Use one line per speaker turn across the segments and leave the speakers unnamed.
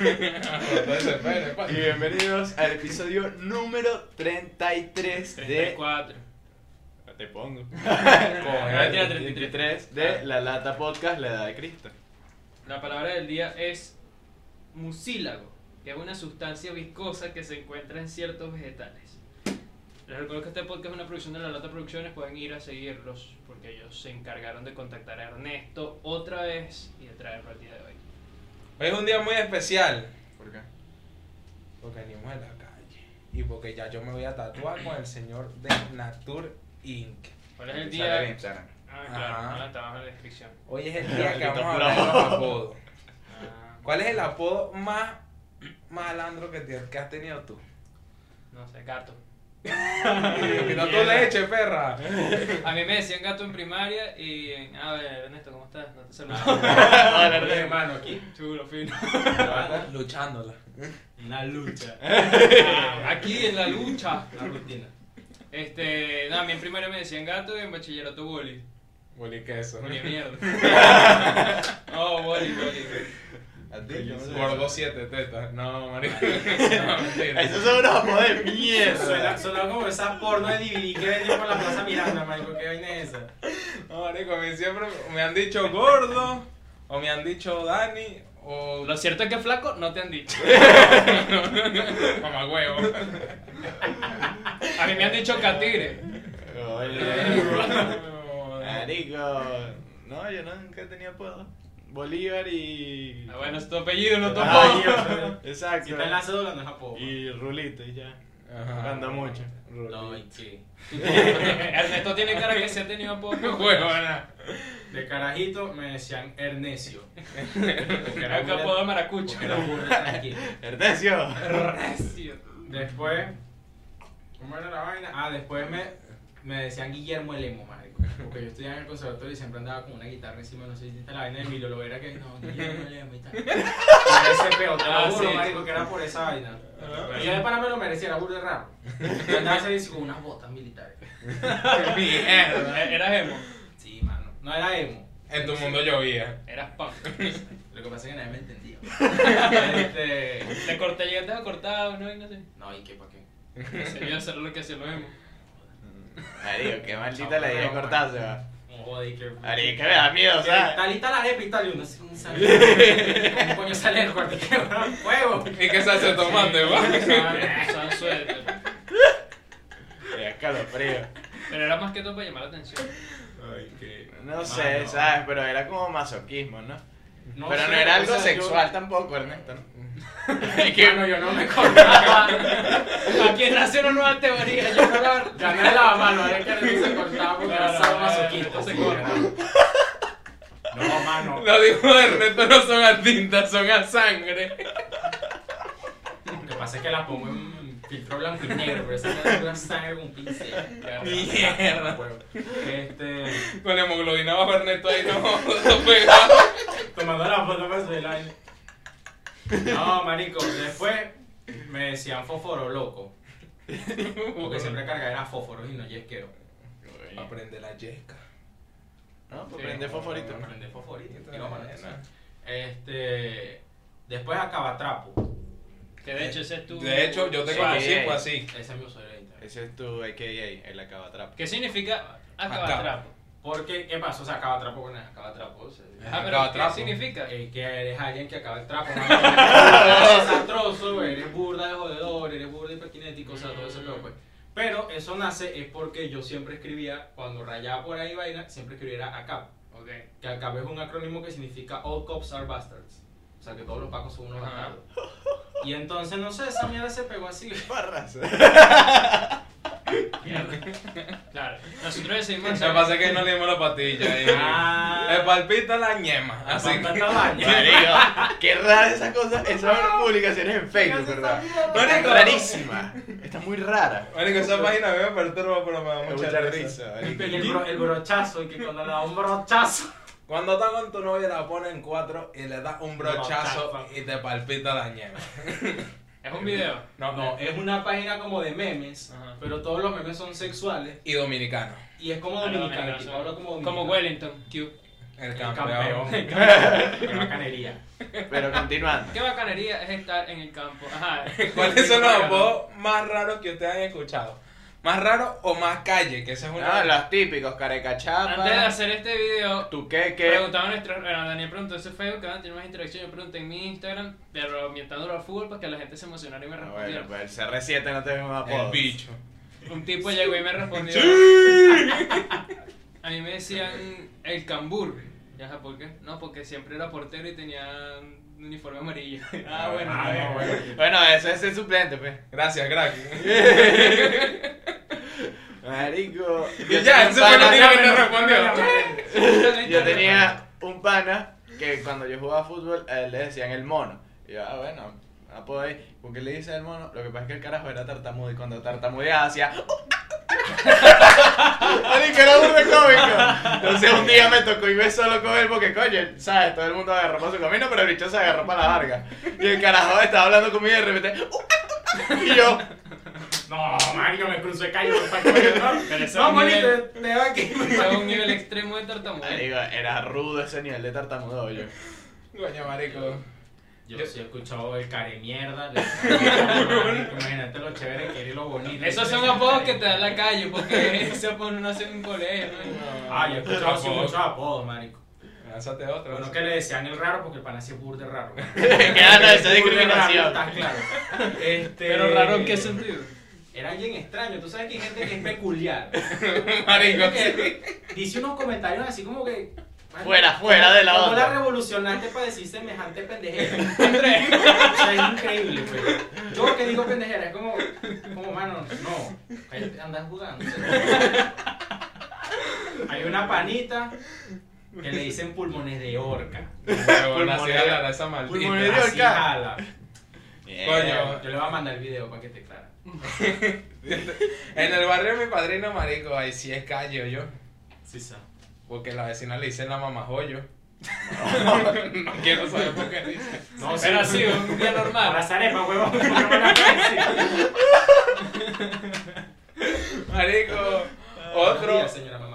Entonces, bueno, pa-
Y bienvenidos al episodio número 33 de
34.
Te pongo.
Ah, tira,
Con el
33.
33
Ah.
de La Lata Podcast, La Edad de Cristo.
La palabra del día es mucílago, que es una sustancia viscosa que se encuentra en ciertos vegetales. Les recuerdo que este podcast es una producción de La Lata Producciones, pueden ir a seguirlos porque ellos se encargaron de contactar a Ernesto otra vez y de traerlo al día de hoy.
Hoy es un día muy especial. ¿Por qué? Porque venimos de la calle. Y porque ya yo me voy a tatuar con el señor de Natur Inc.
¿Cuál es el
Sale en
día?
Instagram.
Ah, claro,
Ajá.
no, está abajo en la descripción.
Hoy es el día que vamos a
Ahorita
hablar de los apodos.
Ah,
¿Cuál es el apodo más malandro que, te- que has tenido tú?
no sé, gato.
Que no tu leche, perra.
A mí me decían gato en primaria y... en- A ver, Ernesto, ¿cómo estás? No te saludo.
Hola, hermano, aquí.
Chulo, fino.
Luchándola.
Una lucha.
Ah, Aquí en la lucha.
Una rutina.
Este, nada, a mí en primaria me decían gato y en bachillerato boli.
Boli queso.
Boli de mierda. No, boli, boli.
¿A ti? ¿Cómo se llama?
Gordo siete tetas. No, marico. No, mentira.
Esos son unos apodos de
Suena,
mierda.
suena como esa porno de DVD que venden por la Plaza Miranda, marico. ¿Qué vaina es esa?
No, marico, a mí siempre me han dicho gordo, o me han dicho Dani, o
Lo cierto es que flaco no te han dicho.
mamá huevo.
A mí me han dicho catire.
Hola. Marico. No, yo nunca tenía apodo. Bolívar y.
Ah, bueno, es tu apellido, no tu
Ay,
apodo.
Dios. Si
Exacto.
está en la cédula, no es apodo.
Y Rulito y ya.
Ajá.
Anda mucho.
No, ¿y
Rulito.
qué?
Ernesto tiene cara que se ha tenido apodo.
Huevona.
De carajito me decían Ernesio. Porque
Creo que
burda-
apodo maracucho.
porque era burda tranquilo.
Ernesto.
Recio.
Después, ¿cómo era la vaina? Ah, después me, me decían Guillermo Lemo, marico. Porque yo estudiaba en el conservatorio y siempre andaba con una guitarra encima. No sé si está la vaina de Emilio Lovera que no, Guillermo Lemo y tal. Era ese peo, te
Ah,
lo juro,
sí.
marico, que era por esa vaina. Pero yo de pana me lo merecía, era burro de raro. Yo andaba así con unas botas militares.
Mierda. Eras emo.
Sí, mano. No era emo.
En tu mundo llovía.
Eras punk.
Lo que pasa es que nadie me entendía. este...
Te corté, llegaste a cortar, no, y no sé.
No, ¿y qué pa' qué?
Se vio hacer lo que hacía lo emo.
Marico, Mm. qué maldita la idea de cortarse, va.
Joder, y qué...
Marico, que me da miedo, ¿sabes?
Talita la arepa y tal, y uno se un ¿Cómo coño sale el cuarto? ¡Qué gran fuego!
¿Y qué se hace tomando,
Sí,
va?
usaban- usaban suéter.
Me da escalofrío.
Pero era más que todo para llamar la atención.
Ay, qué.
No sé,
Mano.
¿sabes? Pero era como masoquismo, ¿no?
No
Pero
sé,
no era
o
algo
sea, yo-
sexual tampoco, Ernesto.
Ah, no, yo no me cortaba.
Aquí nace una nueva teoría. Yo no la
Ya no era la mano, era que no se cortaba porque
Claro,
era
no
sadomasoquista.
se
sí,
corta.
era. No, mano.
Lo dijo Ernesto, no son a tinta, son a sangre.
Lo que pasa es que la pongo en filtro blanco y negro, pero esa es una sangre con pincel.
Mierda.
Bueno, Este.
Con la hemoglobina bajo Ernesto ahí no, no pegado.
Tomando la foto para subir la No, marico, después me decían fósforo loco. Porque siempre cargaba era fósforos y no yesquero.
Aprende la yesca.
¿No? Pues
Sí.
prende fosforito.
Me prendí fosforito. digo, bueno, eso.
Buena.
Este. Después acaba trapo.
Que de hecho ese es tu.
De hecho, yo te
Sí.
conocí fue así.
Ese es mi usuario de Instagram.
Ese es tu AKA, el acabatrap.
¿Qué significa acabar
Acaba.
trapo?
Porque, ¿qué pasó? O sea, acaba trapo con acaba trapo. O sea,
Ah, pero ¿qué
Acabatrapo.
significa?
eh, que eres alguien que acaba el trapo. ¿no? Eres desastroso, eres burda de jodedor, eres burda de hiperkinético, o sea, todo eso loco. pues. Pero eso nace es porque yo siempre escribía, cuando rayaba por ahí vaina, siempre escribiera ACAP.
Ok.
Que ACAP es un acrónimo que significa All Cops Are Bastards. O sea, que todos los pacos son unos
Ajá.
bastardos. Y entonces, no sé, esa mierda se pegó así.
Barras.
Mierda. Claro. Nosotros decidimos
Lo que
hacer.
pasa es que no le dimos la pastilla. y- Me
Ah,
palpita la ñema.
Ah,
Así que.
Bastante daño.
Marico, qué rara esa cosa. Esas publicaciones en Facebook, ¿verdad?
Marico.
rarísima. Está muy rara.
Marico, esa página a mí me perturba, pero me da mucha, risa.
Y el, bro- el brochazo, y que cuando le da un brochazo.
Cuando está con tu novia, la pone en cuatro y le da un brochazo
Brochazo.
y te palpita la ñema.
Es un video.
No, eh,
No, eh. es una página como de memes,
Ajá.
pero todos los memes son sexuales
Y dominicano.
y es como
Ah, no,
dominicano,
no,
tipo,
no.
hablo como dominicano.
Como Wellington, Q.
El
El
campeón.
campeón. Qué bacanería.
Pero continuando.
¿Qué bacanería es estar en el campo? Ajá.
¿Cuáles son los apodos más raros que ustedes han escuchado? ¿Más raro o más calle? Que esa es una.
No, los típicos,
Antes de
carecachapa,
hacer este video,
tu queque.
preguntaba a nuestro. Bueno, Daniel preguntó ese Facebook, que van a tener más interacción. Yo pregunté en mi Instagram, pero ambientándolo al fútbol para que la gente se emocionara y me
Ah,
respondiera.
Bueno, pues el CR7 no te un apodo.
El bicho.
Un tipo llegó y me respondió. A mí me decían el cambur. Ya sabes por qué. No, porque siempre era portero y tenía un uniforme amarillo. Ah, bueno.
Ah,
está
no,
bien.
bueno.
Bueno, eso es el suplente, pues.
Gracias, crack.
Marico.
Y
tenía un
ya, ese fue el
pana-
único que te
no,
respondió.
no, no,
Yo tenía un pana que cuando yo jugaba fútbol a él le decían el mono. Y yo, ah, bueno, apodo ahí. ¿Por qué le dicen el mono? Lo que pasa es que el carajo era tartamudo y cuando tartamudeaba hacía. "Oh". Marico, era burro cómico. Entonces un día me tocó irme solo con él porque, coño, ¿sabes? Todo el mundo agarró para su camino, pero el bicho se agarró para la larga. Y el carajo estaba hablando conmigo y de repente. "Oh". Y yo,
No, marico, me crucé calle por el
Pero ese
No,
es un
manito,
nivel-
te va aquí.
Estaba a un nivel extremo de tartamudez.
Marico, era rudo ese nivel de tartamudo, yo.
Coño, marico.
Yo
Yo-
sí he escuchado el care mierda. el care mierda, marico, Imagínate lo chévere que era y lo bonito.
Esos son apodos que te dan la calle, porque ese apodo no nace en un colegio. ¿no?
Ah, yo he escuchado sí, muchos apodos, marico.
Lánzate otro.
Uno que le decían el raro porque el pana sí es burde raro.
Queda no, esa discriminación.
Está claro. Este,
Pero raro en qué sentido.
Era alguien extraño. Tú sabes que hay gente que es peculiar.
Marico, sí.
Que Dice unos comentarios así como que. marico,
Fuera, fuera de la
¿cómo
onda.
la revolucionaste para decir semejante pendejera? o sea, es increíble, güey. Yo que digo pendejera, es como, como mano, no, cállate, andas jugando. Hay una panita que le dicen pulmones de orca.
Huevón,
Pulmonía.
así hablará esa
Pulmonía.
maldita.
de
Así
orca.
jala.
Coño.
Yo le voy a mandar el video para que te clara.
En el barrio de mi padrino, marico, ahí sí es calle, yo.
Sí, sí.
Porque la vecina le dicen la mamajollo. No quiero saber por qué dice.
No,
Pero así, un día normal.
Abrazaré, pa' huevón.
Marico, otro.
Buenos días, señora mamá.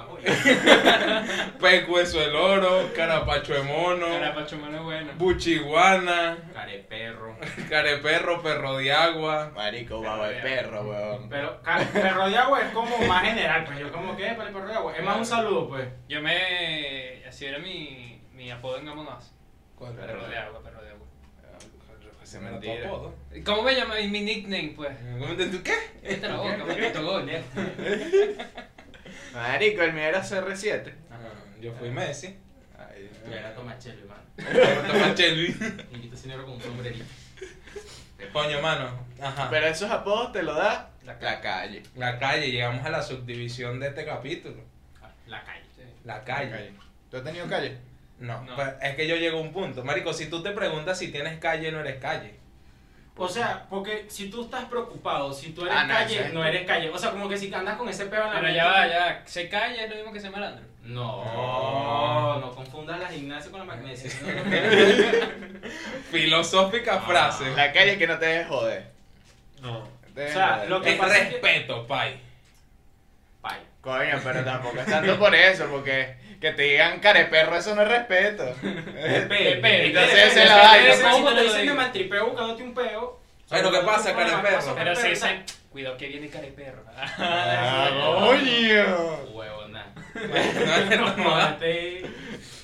Pecueso el oro, carapacho de mono,
Carapacho mano es bueno.
buchiguana,
Care perro.
careperro, perro de agua.
Marico, guau, el perro, weón.
Pero ca- perro de agua es como más general, pues yo como que es para el perro de agua. Es más un saludo, pues.
Yo me. Así era mi, mi apodo en Among Us. Perro de agua, perro de agua.
Se me da tu
Mentira.
apodo.
¿Cómo me llamáis? Mi nickname, pues.
¿Tú qué?
Esta la boca, me meto gol.
Marico, el mío era CR7.
Ah, Yo fui Messi.
Ay,
Yo era Tomachelo, hermano.
Tomaste Luis.
Niquito señor con un sombrerito.
Coño, mano. Ajá.
Pero esos apodos te lo da
La calle.
la calle.
La calle, llegamos a la subdivisión de este capítulo.
Ah, La calle.
La calle.
¿Tú has tenido calle?
No,
No.
pero es que yo llego a un punto. Marico, si tú te preguntas si tienes calle, no eres calle.
O sea, porque si tú estás preocupado, si tú eres
Ah, no,
calle,
exacto.
no eres calle. O sea, como que si andas con ese peo en la
Pero
mente-
ya va, ya. Se calla es lo mismo que se malandro.
Oh.
No, no confundas la gimnasia con la magnesia.
Filosófica
Ah.
frase.
La calle que no te dejes joder.
No.
No te dejes
O sea,
joder. Eh,
lo que-
Es
pasa es
respeto, pai.
Bye.
Coño, pero tampoco es tanto por eso, porque que te digan careperro, eso no es respeto.
Pepe,
Entonces
Pepe,
se la
Pepe,
vaina.
Pepe, Si
¿Cómo
te
te
lo
lo
dicen de
digo?
maltripeo buscándote un peo.
Bueno, ¿qué pasa, cara de perro?
Pero
si
sí dicen. Cuidado que viene cara de perro.
Ah, coño.
Huevona.
No, no,
Tomate.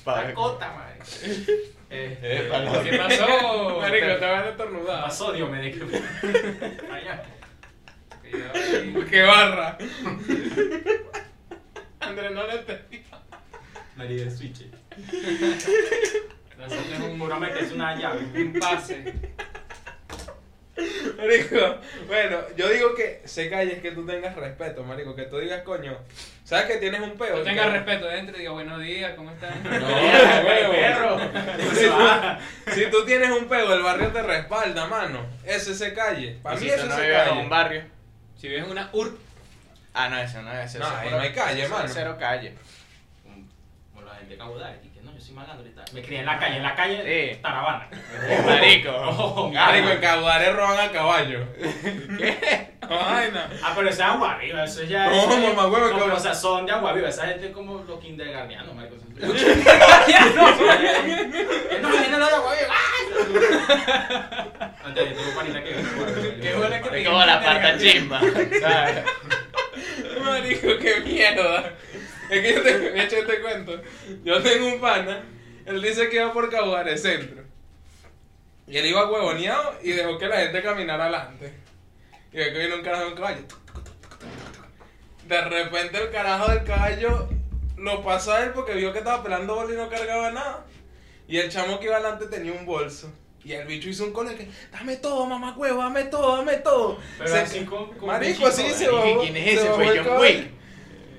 Pa-
Tacota, madre. Este,
Eh, palo.
¿Qué
Oh,
pasó?
van a estornudar.
Pasó, Dios me dejó. Allá.
Cuidado.
¡Qué barra! Andrés no le entendí.
María de Switch.
Lanzarle
Un
un,
muro me es una llave.
un pase.
Marico, bueno, yo digo que se calle es que tú tengas respeto, marico. Que tú digas, coño, ¿sabes que tienes un peo?
No
Y
tenga
que-
respeto dentro y diga buenos días, ¿cómo están?
No,
Perro,
huevo.
perro.
Si tú, si tú tienes un peo, el barrio te respalda, mano. Ese se calle. Para
Y
mí
si
eso
tú no
se
vives en
calle.
un barrio.
Si vives en una URP,
Ah, no, eso no es. Eso
No,
es
ahí
puro-
no hay calle,
eso es
mano.
Cero calle.
Un la gente caudal y que no, yo soy malandro y tal. Me crié en la calle, en la calle,
Sí.
Tarabana.
Marico.
Oh, mi
Marico, en
alma.
Caguares roban a caballo. Ay, no.
Ah, pero ese es agua viva, eso ya
No,
es.
mamá, huevo,
como,
cabrón.
O sea, son de agua viva, esa gente es como los kindergarteanos, marico. Son- No, no, no, no, agua viva. ¡ah! Antes de tu panita que
Qué buena que
Es como la parta chimba. ¿sabes?
Marico, qué mierda. Es que yo te, de hecho, yo te cuento. Yo tengo un pana, él dice que iba por Caguares Centro. Y él iba huevoneado y dejó que la gente caminara adelante. Y ve que viene un carajo de un caballo. tuc, tuc, tuc, tuc, tuc, tuc. De repente el carajo del caballo lo pasó a él porque vio que estaba pelando bola y no cargaba nada. Y el chamo que iba adelante tenía un bolso. Y el bicho hizo un cone que, dame todo, mamá huevo, dame todo, dame todo.
Pero
Se-
así con- con
Marico,
bichito,
así se
¿eh?
bajó.
¿Quién
se
es ese?
bajó
Fue
el
John
caballo.
Wick.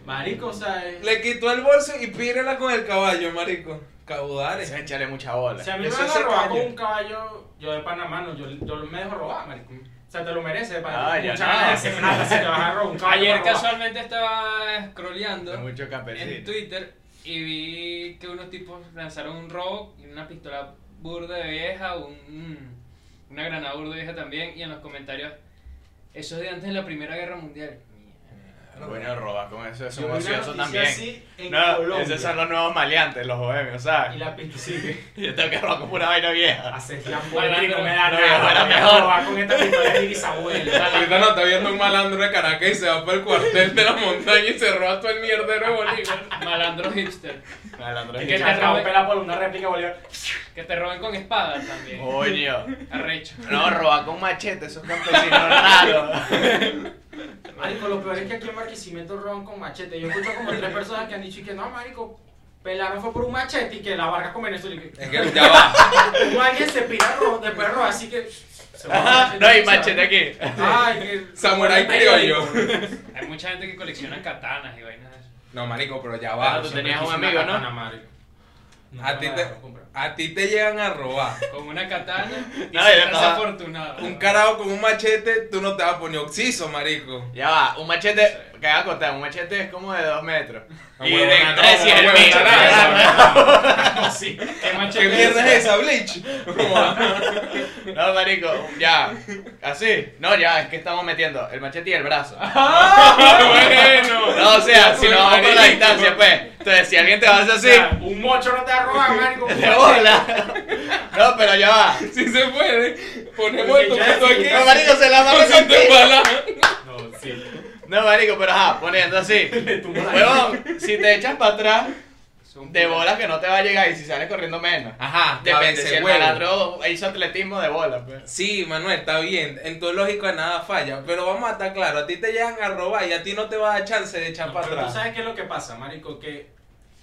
Marico, o sea. eh,
Le quitó el bolso y pírela con el caballo, marico. Caudales.
Ese échale mucha
Si a
bola.
mí me
Eso
van a
se
robar
calla.
con un caballo, yo de Panamá no, yo, yo me dejo robar, marico. O sea, te lo mereces, Panamá.
Ah, ya
Mucha
no.
ganas de hacer nada, si te vas a robar un caballo.
Ayer
para robar.
casualmente estaba scrolleando
Mucho
en
campesino.
Twitter y vi que unos tipos lanzaron un robo y una pistola burda de vieja, un, mm, una granada burda de vieja también, y en los comentarios, eso es de antes de la Primera Guerra Mundial.
Eh, Bueno, roba con eso, eso
Yo vi una
mocioso
noticia
también.
así en
No,
Colombia.
esos son los nuevos maleantes, los bohemios, ¿sabes?
Y la pista sigue.
Yo tengo que robar con pura vaina vieja.
Haces la puerta y
Malandro.
no me da
No, viejo, era
nada. Me voy a
mejor.
robar con esta pistola de mi bisabuela.
Ahorita no está viendo un malandro de Caracas y se va para el cuartel de la montaña y se roba todo el mierdero de Bolívar.
Malandro hipster.
Malandro,
Y
¿Qué te
que te
robe?
pela por una réplica, Bolívar.
Que te roben con espadas también.
Oh. Coño.
Arrecho.
No, roba con machete, esos campesinos raros.
Marico, lo peor es que aquí en Barquisimeto roban con machete. Yo escucho como tres personas que han dicho y que no, marico, pelaron fue por un machete y que la barca con Venezuela. Y que,
Es que ya va.
Tú alguien se pira ro- de perro, así que. se va
Ajá,
machete,
No hay
o sea,
machete aquí.
Ay, que.
Samurai criollo.
Hay mucha gente que colecciona katanas y vainas de eso.
No, marico, pero ya va.
Claro, tú tenías un amigo, ¿no?
A ti te, a ti te llegan a robar.
Con una katana y
No,
no,
yo estaba-
afortunado.
Un carajo con un machete, tú no te vas a poner oxiso, marico.
Ya va, un machete, que haga contar, un machete es como de dos metros.
Ah,
Y
huevona,
de
no,
tres y
no,
el
huevona,
mío.
nada,
Sí.
¿Qué
¿Qué
machete
mierda
es?
es esa, Bleach?
No, marico, ya. Así. No, ya, es que estamos metiendo el machete y el brazo.
bueno.
No, o sea, si nos vamos por la
Marico.
distancia, pues. Entonces, si alguien te va a hacer
Sí.
así,
Un mocho no te va a robar, marico.
de bola. No, pero ya va.
Si se puede, ponemos el
pues,
tomato aquí.
No, marico, se la amarra
Con cinta
contigo.
embalada.
No, sí.
No, marico, pero ajá, poniendo así.
Le tumba la-
Huevón, si te echas para atrás,
Son
de bola que no te va a llegar y si sales corriendo menos.
Ajá,
Depende,
cabeza,
si el
huevo.
malandro hizo atletismo de bola, pues.
Sí, Manuel, está bien. En tu lógica nada falla. Pero vamos a estar claro, a ti te llegan a robar y a ti no te va a dar chance de echar
No,
para
pero tú
atrás.
sabes qué es lo que pasa, marico, que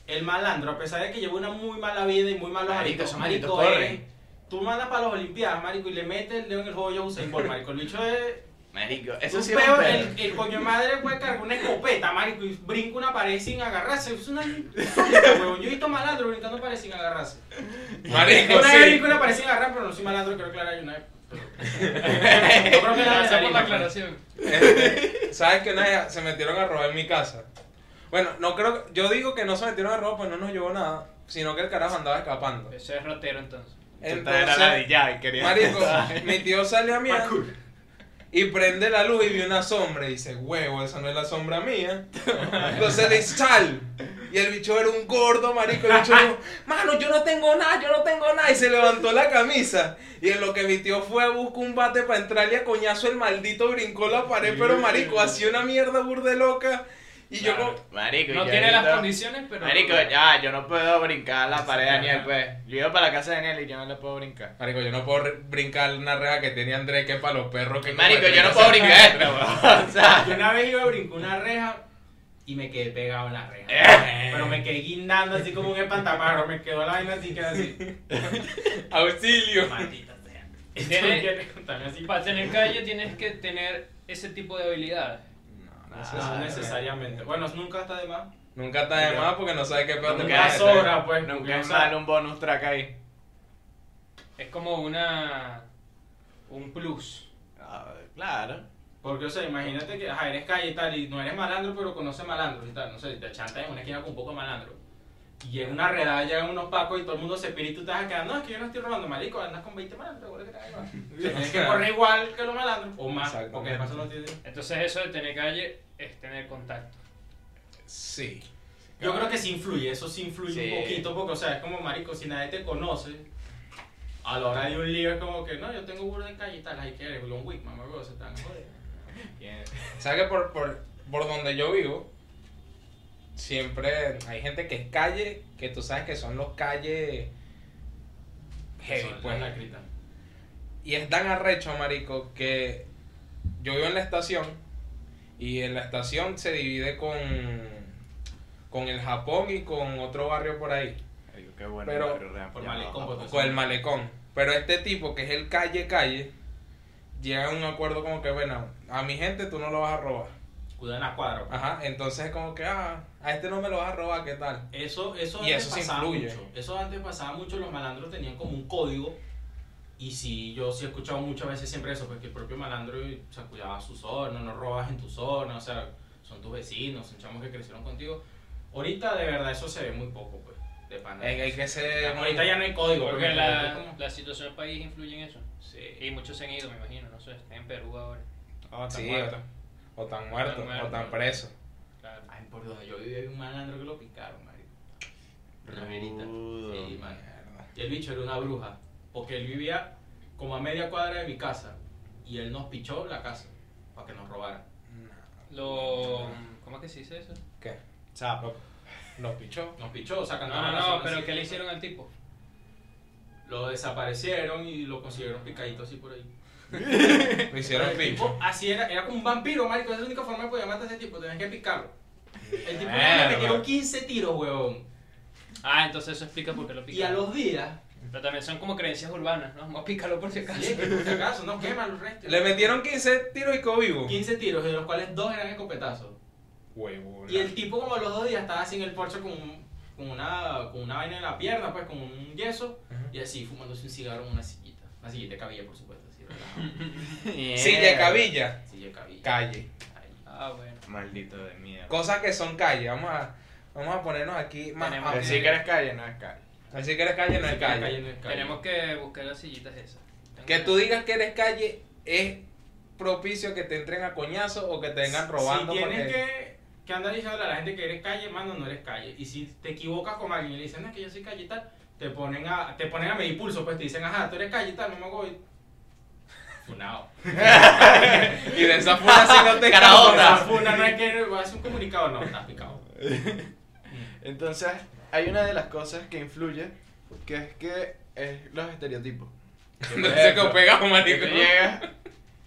el malandro, a pesar de que lleva una muy mala vida y muy malos
Marico,
hábitos,
esos
marico,
malditos
es,
corren.
tú mandas para las olimpiadas, marico, y le metes el dedo en el juego a Usain Bolt, marico, el bicho es
Marico, eso
un
sí es
peo,
un peo.
el, el coño de madre puede cargar una escopeta, marico, y brinca una pared sin agarrarse, es una insólita, huevón, yo he visto malandro brincando pared sin agarrarse,
Marico,
una vez brinco
sí.
una pared sin agarrar, pero no soy malandro, creo que la hay una vez, pero-
Gracias
yo creo que la
por la
adrenalina, pues.
aclaración.
Este, ¿Sabes que una vez se metieron a robar en mi casa? Bueno, no creo. que- Yo digo que no se metieron a robar, pues no nos llevó nada. Sino que el carajo andaba escapando.
Eso es ratero entonces.
Entonces, la de ya, y quería.
Marico, mi tío sale a mí y prende la luz y ve una sombra y dice, huevo, esa no es la sombra mía. Entonces le dice, sal. Y el bicho era un gordo, marico. El bicho dijo, mano, yo no tengo nada, yo no tengo nada. Y se levantó la camisa. Y en lo que mi tío fue a buscar un bate para entrarle a coñazo, el maldito brincó la pared. Pero, marico, hacía una mierda burde loca. Y yo
Claro.
como,
Marico,
No
yo
tiene las
ahorita-
condiciones, pero. pues,
Marico, ya, yo no puedo brincar la pared de Daniel,
Ajá.
pues. Yo iba para la casa de Daniel y yo no le puedo brincar.
Marico, yo no puedo re- brincar una reja que tenía Andrés, que es para los perros. que
Marico,
como
yo no
tres
puedo
veces-
brincar esto, weón. O sea,
Yo una vez iba a brincar una reja y me quedé pegado en la reja.
Eh.
Pero me quedé guindando así como un espantapájaro. Me quedó la vaina así que así.
Auxilio.
Maldita sea.
Tiene-
Quiere contarme así.
Para tener calle tienes que tener ese tipo de habilidades.
No,
Ah, No necesariamente. Bueno, nunca está de más.
Nunca está de más porque no sabes qué pedo
Nunca
te puede
Nunca
es-
meter.
sobra, pues.
nunca
porque,
es
o sea,
mal un bonus track ahí.
Es como una. Un plus.
Ah, Claro.
Porque, o sea, imagínate que ajá, eres calle y tal, y no eres malandro, pero conoces malandro y tal. No sé, te achantas en una esquina con un poco de malandro. Y en una redada llegan unos pacos y todo el mundo se pira y tú te vas a quedar, no, es que yo no estoy robando, marico, andas con 20 malandros, güey, que te hagan igual". Tienes que correr igual que los malandros, o más,
Exactamente.
porque de paso no tiene...
Entonces eso de tener calle es tener contacto.
Sí.
Yo creo que sí influye, eso sí influye
Sí.
un poquito, porque, o sea, es como, marico, si nadie te conoce, a la hora de un lío es como que, no, yo tengo burda en calle y tal, ahí quieres, Long Week, mamá, güey, se están jodiendo. Bien.
¿Sabes que por, por, por donde yo vivo, siempre hay gente que es calle, que tú sabes que son los calles heavy,
Son
pues.
las lacritas.
Y es tan arrecho, marico, que yo vivo en la estación y en la estación se divide con, con el Japón y con otro barrio por ahí,
Marico, qué bueno.
Pero-
barrio real,
Por
ya,
malecón,
no,
porque-
con el malecón. Pero este tipo, que es el calle-calle, llega a un acuerdo como que, bueno, a mi gente tú no lo vas a robar.
Cuidan las cuadras. pues.
Ajá, entonces como que, ah, a este no me lo vas a robar, ¿qué tal?
Eso, eso
Y
antes
eso sí
pasaba
influye.
mucho. Eso antes pasaba mucho, los malandros tenían como un código. Y sí, yo sí he escuchado muchas veces siempre eso, pues que el propio malandro se cuidaba su zona, no robas en tu zona, o sea, son tus vecinos, son chamos que crecieron contigo. Ahorita de verdad eso se ve muy poco, pues, de pana.
En el que
Eh,
se...
Ahorita ya no hay código,
Porque la,
como-
la situación del país influye en eso.
Sí.
Y muchos se han ido, me imagino, no sé, están en Perú ahora.
Ah, está
Sí,
muerto.
o tan muerto,
Tan muerto.
o tan preso.
Claro.
Ay, por donde yo viví había un malandro que lo picaron, marico. Ramerita.
Rudo.
Sí, man. Y el bicho era una bruja, porque él vivía como a media cuadra de mi casa y él nos pichó la casa para que nos robara.
Lo... ¿Cómo es que se dice eso?
¿Qué?
Sapo.
¿Los pichó?
Nos pichó, o sea,
Ah, No,
cantaba
no,
la
no,
zona
pero
así.
¿qué le hicieron al tipo?
Lo desaparecieron y lo consiguieron picadito así por ahí.
¿Lo hicieron
Pero el
picho?
tipo así era, era como un vampiro, marico, esa es la única forma de poder matar a ese tipo, tenías que picarlo. El tipo
Mierda.
le metieron 15 tiros, huevón.
Ah, entonces eso explica por qué lo
Y a
picaron.
los días,
Pero también son como creencias urbanas, ¿no? Vamos a picarlo por si acaso.
sí, que por si acaso, no queman los restos.
Le metieron 15 tiros y quedó vivo.
15 tiros, de los cuales dos eran escopetazos.
Huevo.
Y el tipo como a los dos días estaba así en el porche con, un- con, una, con una vaina en la pierna, pues con un yeso, y así fumándose un cigarro en una sillita. Una sillita de cabilla, por supuesto, así relajado.
Silla de cabilla,
Silla de cabilla.
calle.
Ahí.
Ah, bueno.
Maldito de mierda.
Cosas que son calle. Vamos a, vamos a ponernos aquí más.
Tenemos
a-
que-
Decir que eres calle no es calle.
Decir que eres calle no es
Así que la
calle.
no es calle.
Tenemos que buscar las sillitas esas.
Que tú digas que eres calle es propicio que te entren a coñazo o que te vengan robando.
Si tienes
porque-
que, que andar diciendo a la gente que eres calle, mano, no eres calle. Y si te equivocas con alguien y le dicen, no, es que yo soy calle y tal, te ponen a, te ponen a medir pulso, pues te dicen, ajá, tú eres calle y tal, no me voy. Funado.
Y de esa forma si no te
Esa
escapas.
funa no es que es un comunicado, no, estás picado.
Entonces, hay una de las cosas que influye, que es que es los estereotipos.
No sé qué pegamos,
Que
marico.
tú llegas,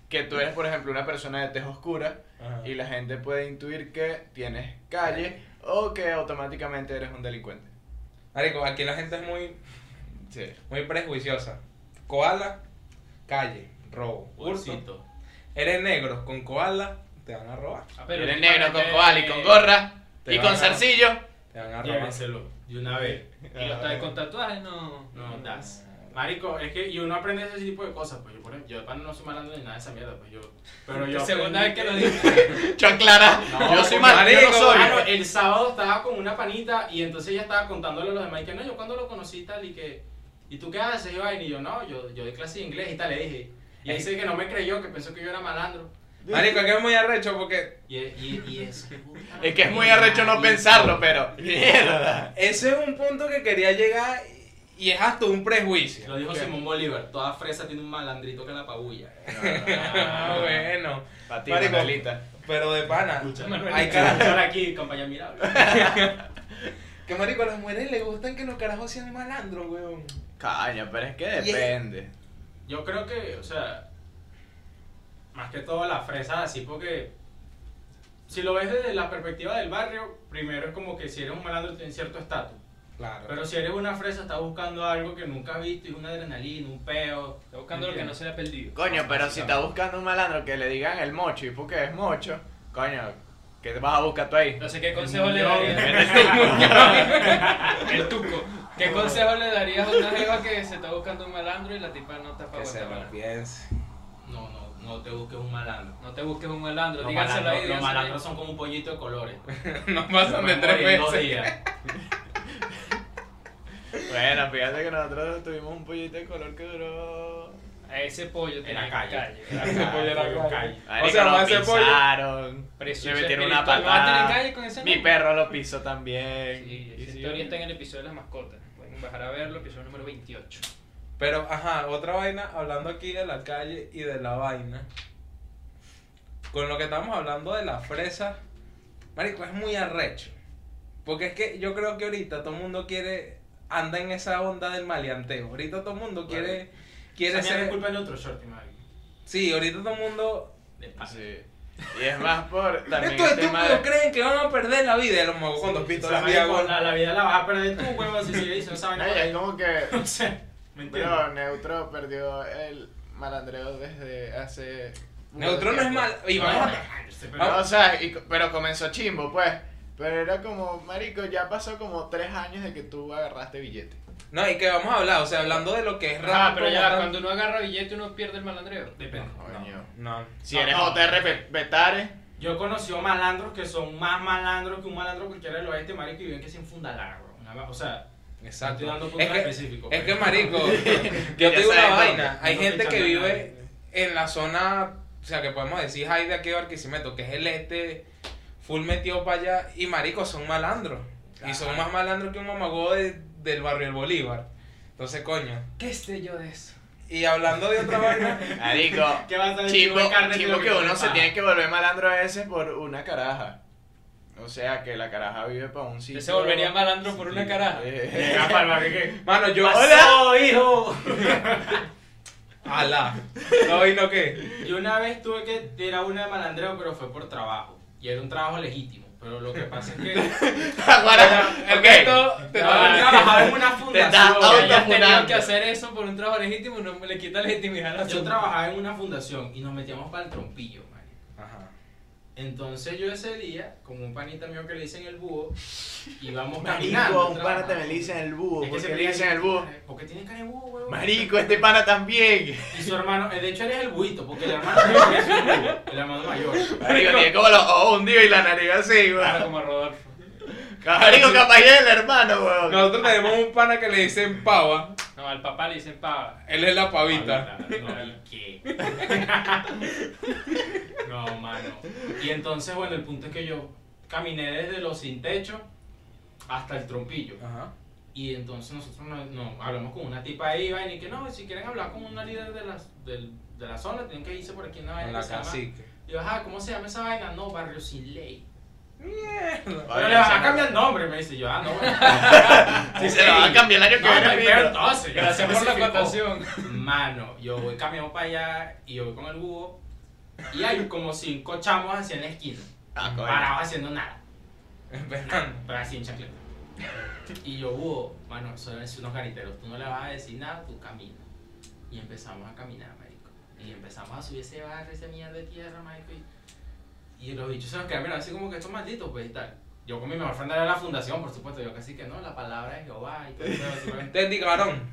que tú eres, por ejemplo, una persona de tez oscura
Ajá.
y la gente puede intuir que tienes calle o que automáticamente eres un delincuente.
Marico, aquí la gente es muy,
Sí.
muy prejuiciosa. Koala, calle, robo. Urso.
Ursito.
Eres negro con koala, te van a robar.
Ah, pero
Eres
últimamente-
negro con koala y con gorra
te
y
van
con
a-
zarcillo.
Te van a robar.
Llévenselo de una vez.
Y los tal- con tatuajes no.
No, das. Marico, es que y uno aprende ese tipo de cosas. Pues yo, por ejemplo, yo de pana no soy malandro ni nada de esa mierda. Pues yo. Pero yo.
Segunda vez
aprendí
que lo digo.
Yo, Clara,
No,
yo soy
porque,
mal, yo no
marico,
soy.
Mano, el sábado estaba con una panita y entonces ella estaba contándole a los demás y que no, yo cuando lo conocí tal y que. ¿Y tú qué haces, Iván? Y yo, no, yo, yo doy clase de inglés y tal, le dije. Y él dice que no me creyó, que pensó que yo era malandro.
Marico, es que es muy arrecho porque
Y, y, y eso.
Es que es muy arrecho no pensarlo, pero. Mierda.
ese es un punto que quería llegar y es hasta un prejuicio.
Lo dijo
¿Qué?
Simón Bolívar: toda fresa tiene un malandrito que la pabulla.
Ah, bueno.
Para ti,
Marico.
Manuelita.
Pero de pana. Hay
Hay que
carajos.
aquí, compañía mirable.
Que marico, a las mujeres les gustan que los carajos sean malandros, weón.
Caña, pero es que
Y es-
depende.
Yo creo que, o sea, más que todo las fresas así, porque si lo ves desde la perspectiva del barrio, primero es como que si eres un malandro tienes cierto estatus.
Claro.
Pero si eres una fresa, estás buscando algo que nunca has visto, y una adrenalina, un peo.
Está buscando lo que no se le ha perdido.
Coño, pero si está buscando un malandro que le digan el mocho y porque es mocho, coño, ¿qué te vas a buscar tú ahí?
Entonces, ¿qué consejo le
muñón.
darías? El tuco. ¿Qué consejo le darías a una jeva que se está buscando un malandro y la tipa no está para
Que se
aguantar
lo
malandro?
piense.
No, no, no te busques un malandro.
No te busques un malandro,
Los
díganselo ahí.
malandros, los
díganselo ahí.
malandros son como un pollito de colores.
No pasan de
Mueren
tres
dos
veces.
días.
Bueno, fíjate que nosotros tuvimos un pollito de color que duró.
A ese pollo tenía
la calle.
Ese pollo era
Pollo
calle.
calle.
O sea,
lo
a ese pollo-
pisaron.
Precio
Le metieron una
espiritual. ¿Lo matan en
patada.
calle con ese
Mi
nombre?
perro lo pisó también.
Sí,
Y
esa
sí,
historia está en el episodio de las mascotas. Pueden bajar a verlo, episodio número 28.
Pero, ajá, otra vaina, hablando aquí de la calle y de la vaina. Con lo que estamos hablando de la fresa, Marico, es muy arrecho. Porque es que yo creo que ahorita todo el mundo quiere. Anda en esa onda del maleanteo. Ahorita todo el mundo quiere. Quiere
Esa mierda es
ser.
culpa del otro short, madre.
Sí, ahorita todo el mundo.
De paz.
Sí. Y es más por. También
Estos
el tema
estúpidos
de-
creen que van a perder la vida. Y los magos con dos pistolas.
Esa mierda,
diagonal.
la, la vida la vas a perder tú, huevón, si sigues diciendo esa
No,
vaina.
y
por ahí.
es como que.
No sé, ¿me entiendes?
Bro, Neutro perdió el malandreo desde hace. mucho
Neutro no es
tiempo.
mal. Y
No,
vamos a-
Alejandro, se perdió.
No, o sea, y co- pero comenzó chimbo, pues. Pero era como, marico, ya pasó como tres años de que tú agarraste billete.
No, y que vamos a hablar. O sea, hablando de lo que es raro.
Ah, pero ya,
como tal-
cuando uno agarra billete uno pierde el malandreo.
Depende.
Coño.
No.
Si
No,
eres
no.
JR Pe- Petare,
Yo conocí a malandros que son más malandros que un malandro cualquiera del oeste, marico, y viven que se enfundalara, bro. Una va- o sea,
Exacto.
Estoy dando puntos
es que,
específicos,
es
pero-
que marico,
Ya
yo te digo una
sabes dónde.
vaina. Hay
No
gente
te
que
echan nada.
vive en la zona, o sea, que podemos decir hay de aquí de Barquisimeto, que es el este, full metido para allá, y marico son malandros. Y son
Ajá.
más malandros que un mamagó de- del barrio El Bolívar. Entonces, coño.
¿Qué sé yo de eso?
Y hablando de otra vaina,
marico,
¿qué vas a decir?
chimbo,
Una carne
chimbo
creo
que uno
tiene
se
paja.
tiene que volver malandro a veces por una caraja. O sea, que la caraja vive para un sitio.
se volvería malandro por una caraja.
Eh,
Llega para el barrio que.
mano, yo.
¡Hola, hijo!
¡Ala! ¿No vino qué?
Yo una vez tuve que tirar una de malandreo, pero fue por trabajo. Y era un trabajo legítimo. Pero lo que pasa es que.
Ahora,
El
ok.
resto te
No,
toca-
yo trabajaba en una fundación.
Te
Ya
Autofunando.
tenido que hacer eso por un trabajo legítimo, no le quita legitimidad al
Yo
asunto.
trabajaba en una fundación y nos metíamos para el trompillo, man.
Ajá.
Entonces yo ese día, con un panita mío que le dicen el búho, íbamos caminando.
Marico, un pana
trabajando.
también le dicen el
Es
búho.
que
¿Por qué
siempre
le dicen el búho?
¿Por qué tienen cara de búho, huevón?
Marico, este pana también.
Y su hermano, eh, de hecho él es el buito, porque el hermano mayor es el búho, el hermano mayor.
Marico, tiene como los ojos hundidos y la nariz así,
Claro,
weón.
como Rodolfo.
Marico, capaz que es el hermano, weón.
Nosotros tenemos un pana que le dicen pava.
No, al papá le dicen pava.
Él es la pavita.
No, ¿y qué? No, mano. Y entonces, bueno, el punto es que yo caminé desde los sin techo hasta el trompillo.
Ajá.
Y entonces nosotros no, no- hablamos con una tipa ahí, vaina, y que no, si quieren hablar con una líder de, las, del- de la zona, tienen que irse por aquí en la
Con
vaina.
la
que se llama-
cacique.
Y yo, ajá, ¿cómo se llama esa vaina? No, Barrio Sin Ley.
Mierda.
Pero le vas a cambiar el nombre, me dice yo, ah, no, bueno.
Si se lo va a cambiar el año que
No, no,
viene,
pero
mira.
entonces, yo
Gracias por la
especifico.
acotación.
Mano, yo voy caminando para allá y yo voy con el búho y hay como cinco chamos así en la esquina,
Ah, coño.
parados haciendo nada,
Esperando.
pero así en chancleta. Y yo, búho, mano, son así unos gariteros, tú no le vas a decir nada, tú camina. Y empezamos a caminar, marico. Y empezamos a subir ese barrio, esa mierda de tierra, marico. Y, y los bichos se nos quedan mirando así como que estos malditos, pues y tal. Yo con mi mejor friend era de la fundación, por supuesto, yo casi que no, la palabra de Jehová y todo eso.
Entendí, cabrón.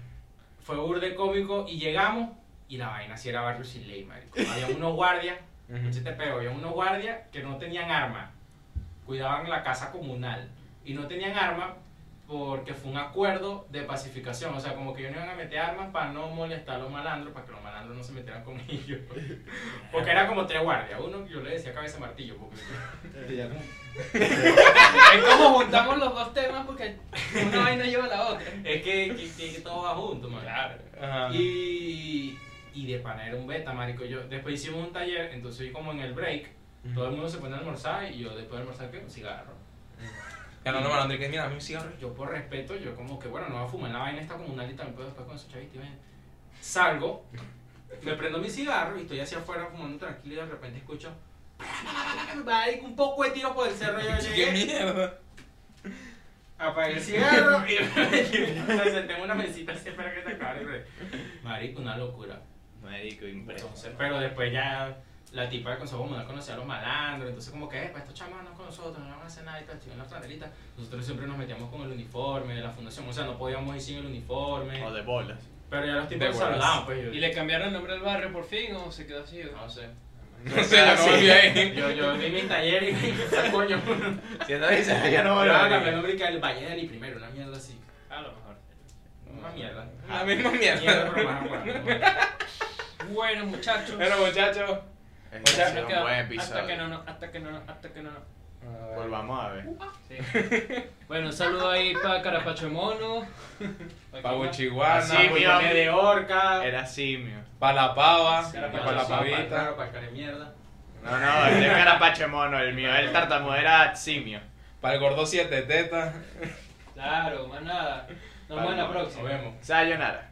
fue burde cómico y llegamos y la vaina sí era barrio sin ley, marico. Había unos guardias, escucha este peo, había unos guardias que no tenían arma, cuidaban la casa comunal y no tenían arma porque fue un acuerdo de pacificación, o sea, como que ellos no iban a meter armas para no molestar a los malandros, para que los malandros no se metieran con ellos. Porque era como tres guardias, uno que yo le decía cabeza de martillo, porque tenía como
Es como juntamos los dos temas porque una vaina lleva a la otra.
Es que, que, que- que todo va junto, man.
Claro.
Ajá.
Y, y de pana era un beta, marico. Yo, después hicimos un taller, entonces yo como en el break, todo el mundo se pone a almorzar y yo después de almorzar, ¿qué? Un cigarro.
Ya no, no, mano, Andrés, que mira, dame un cigarro.
Yo por respeto, yo como que, bueno, no va a fumar en la vaina esta comunal y también puedo después con esos chavitos. y vaina. Salgo, me prendo mi cigarro y estoy hacia afuera fumando tranquilo y de repente escucho... marico, Un poco de tiro por el cerro yo
¡Qué
llegué,
mierda!
apagué el cigarro y me senté en una mesita así para que se acabara el break. Marico, una locura.
Marico,
Entonces, pero después ya la tipa del Consejo Comunal conocía a los malandros, entonces como que, para estos chamanos con nosotros, no van a hacer nada y tal, estuvieron en la franelita. Nosotros siempre nos metíamos con el uniforme de la fundación, o sea, no podíamos ir sin el uniforme,
O de bolas.
pero ya los
De
tipos nos
bolas.
saludaban, pues yo,
¿Y le cambiaron el nombre al barrio por fin o se quedó así?
no sé.
No sé, ya no volví ahí.
Yo, yo vi mis talleres y me coño.
Si no dices, ya no
Yo
voy a
cambié el
abrir.
nombre que el Valle del I primero, una mierda así.
Ah, A lo mejor.
Una mierda.
La misma mierda.
pero más aguanta.
Bueno, muchachos.
Bueno, muchachos.
Es
sea,
ha sido
queda-
un buen
Hasta que no, Ah,
episodio.
no, hasta que no, no, hasta que no, no.
Volvamos a ver.
Sí. Bueno, un saludo ahí para Carapacho Mono.
Pa'
pues,
Así,
Buchiguana,
mi-
Simio, de orca.
Era simio.
pa' la pava,
Sí,
pa'
pa'
la
la
pavita.
Para de mierda.
No, no, el de carapacho mono, el mío. El tartamudo era simio.
Para el gordo siete tetas.
Claro, más nada. Nos vemos en la próxima.
Nos vemos.
Sayonara.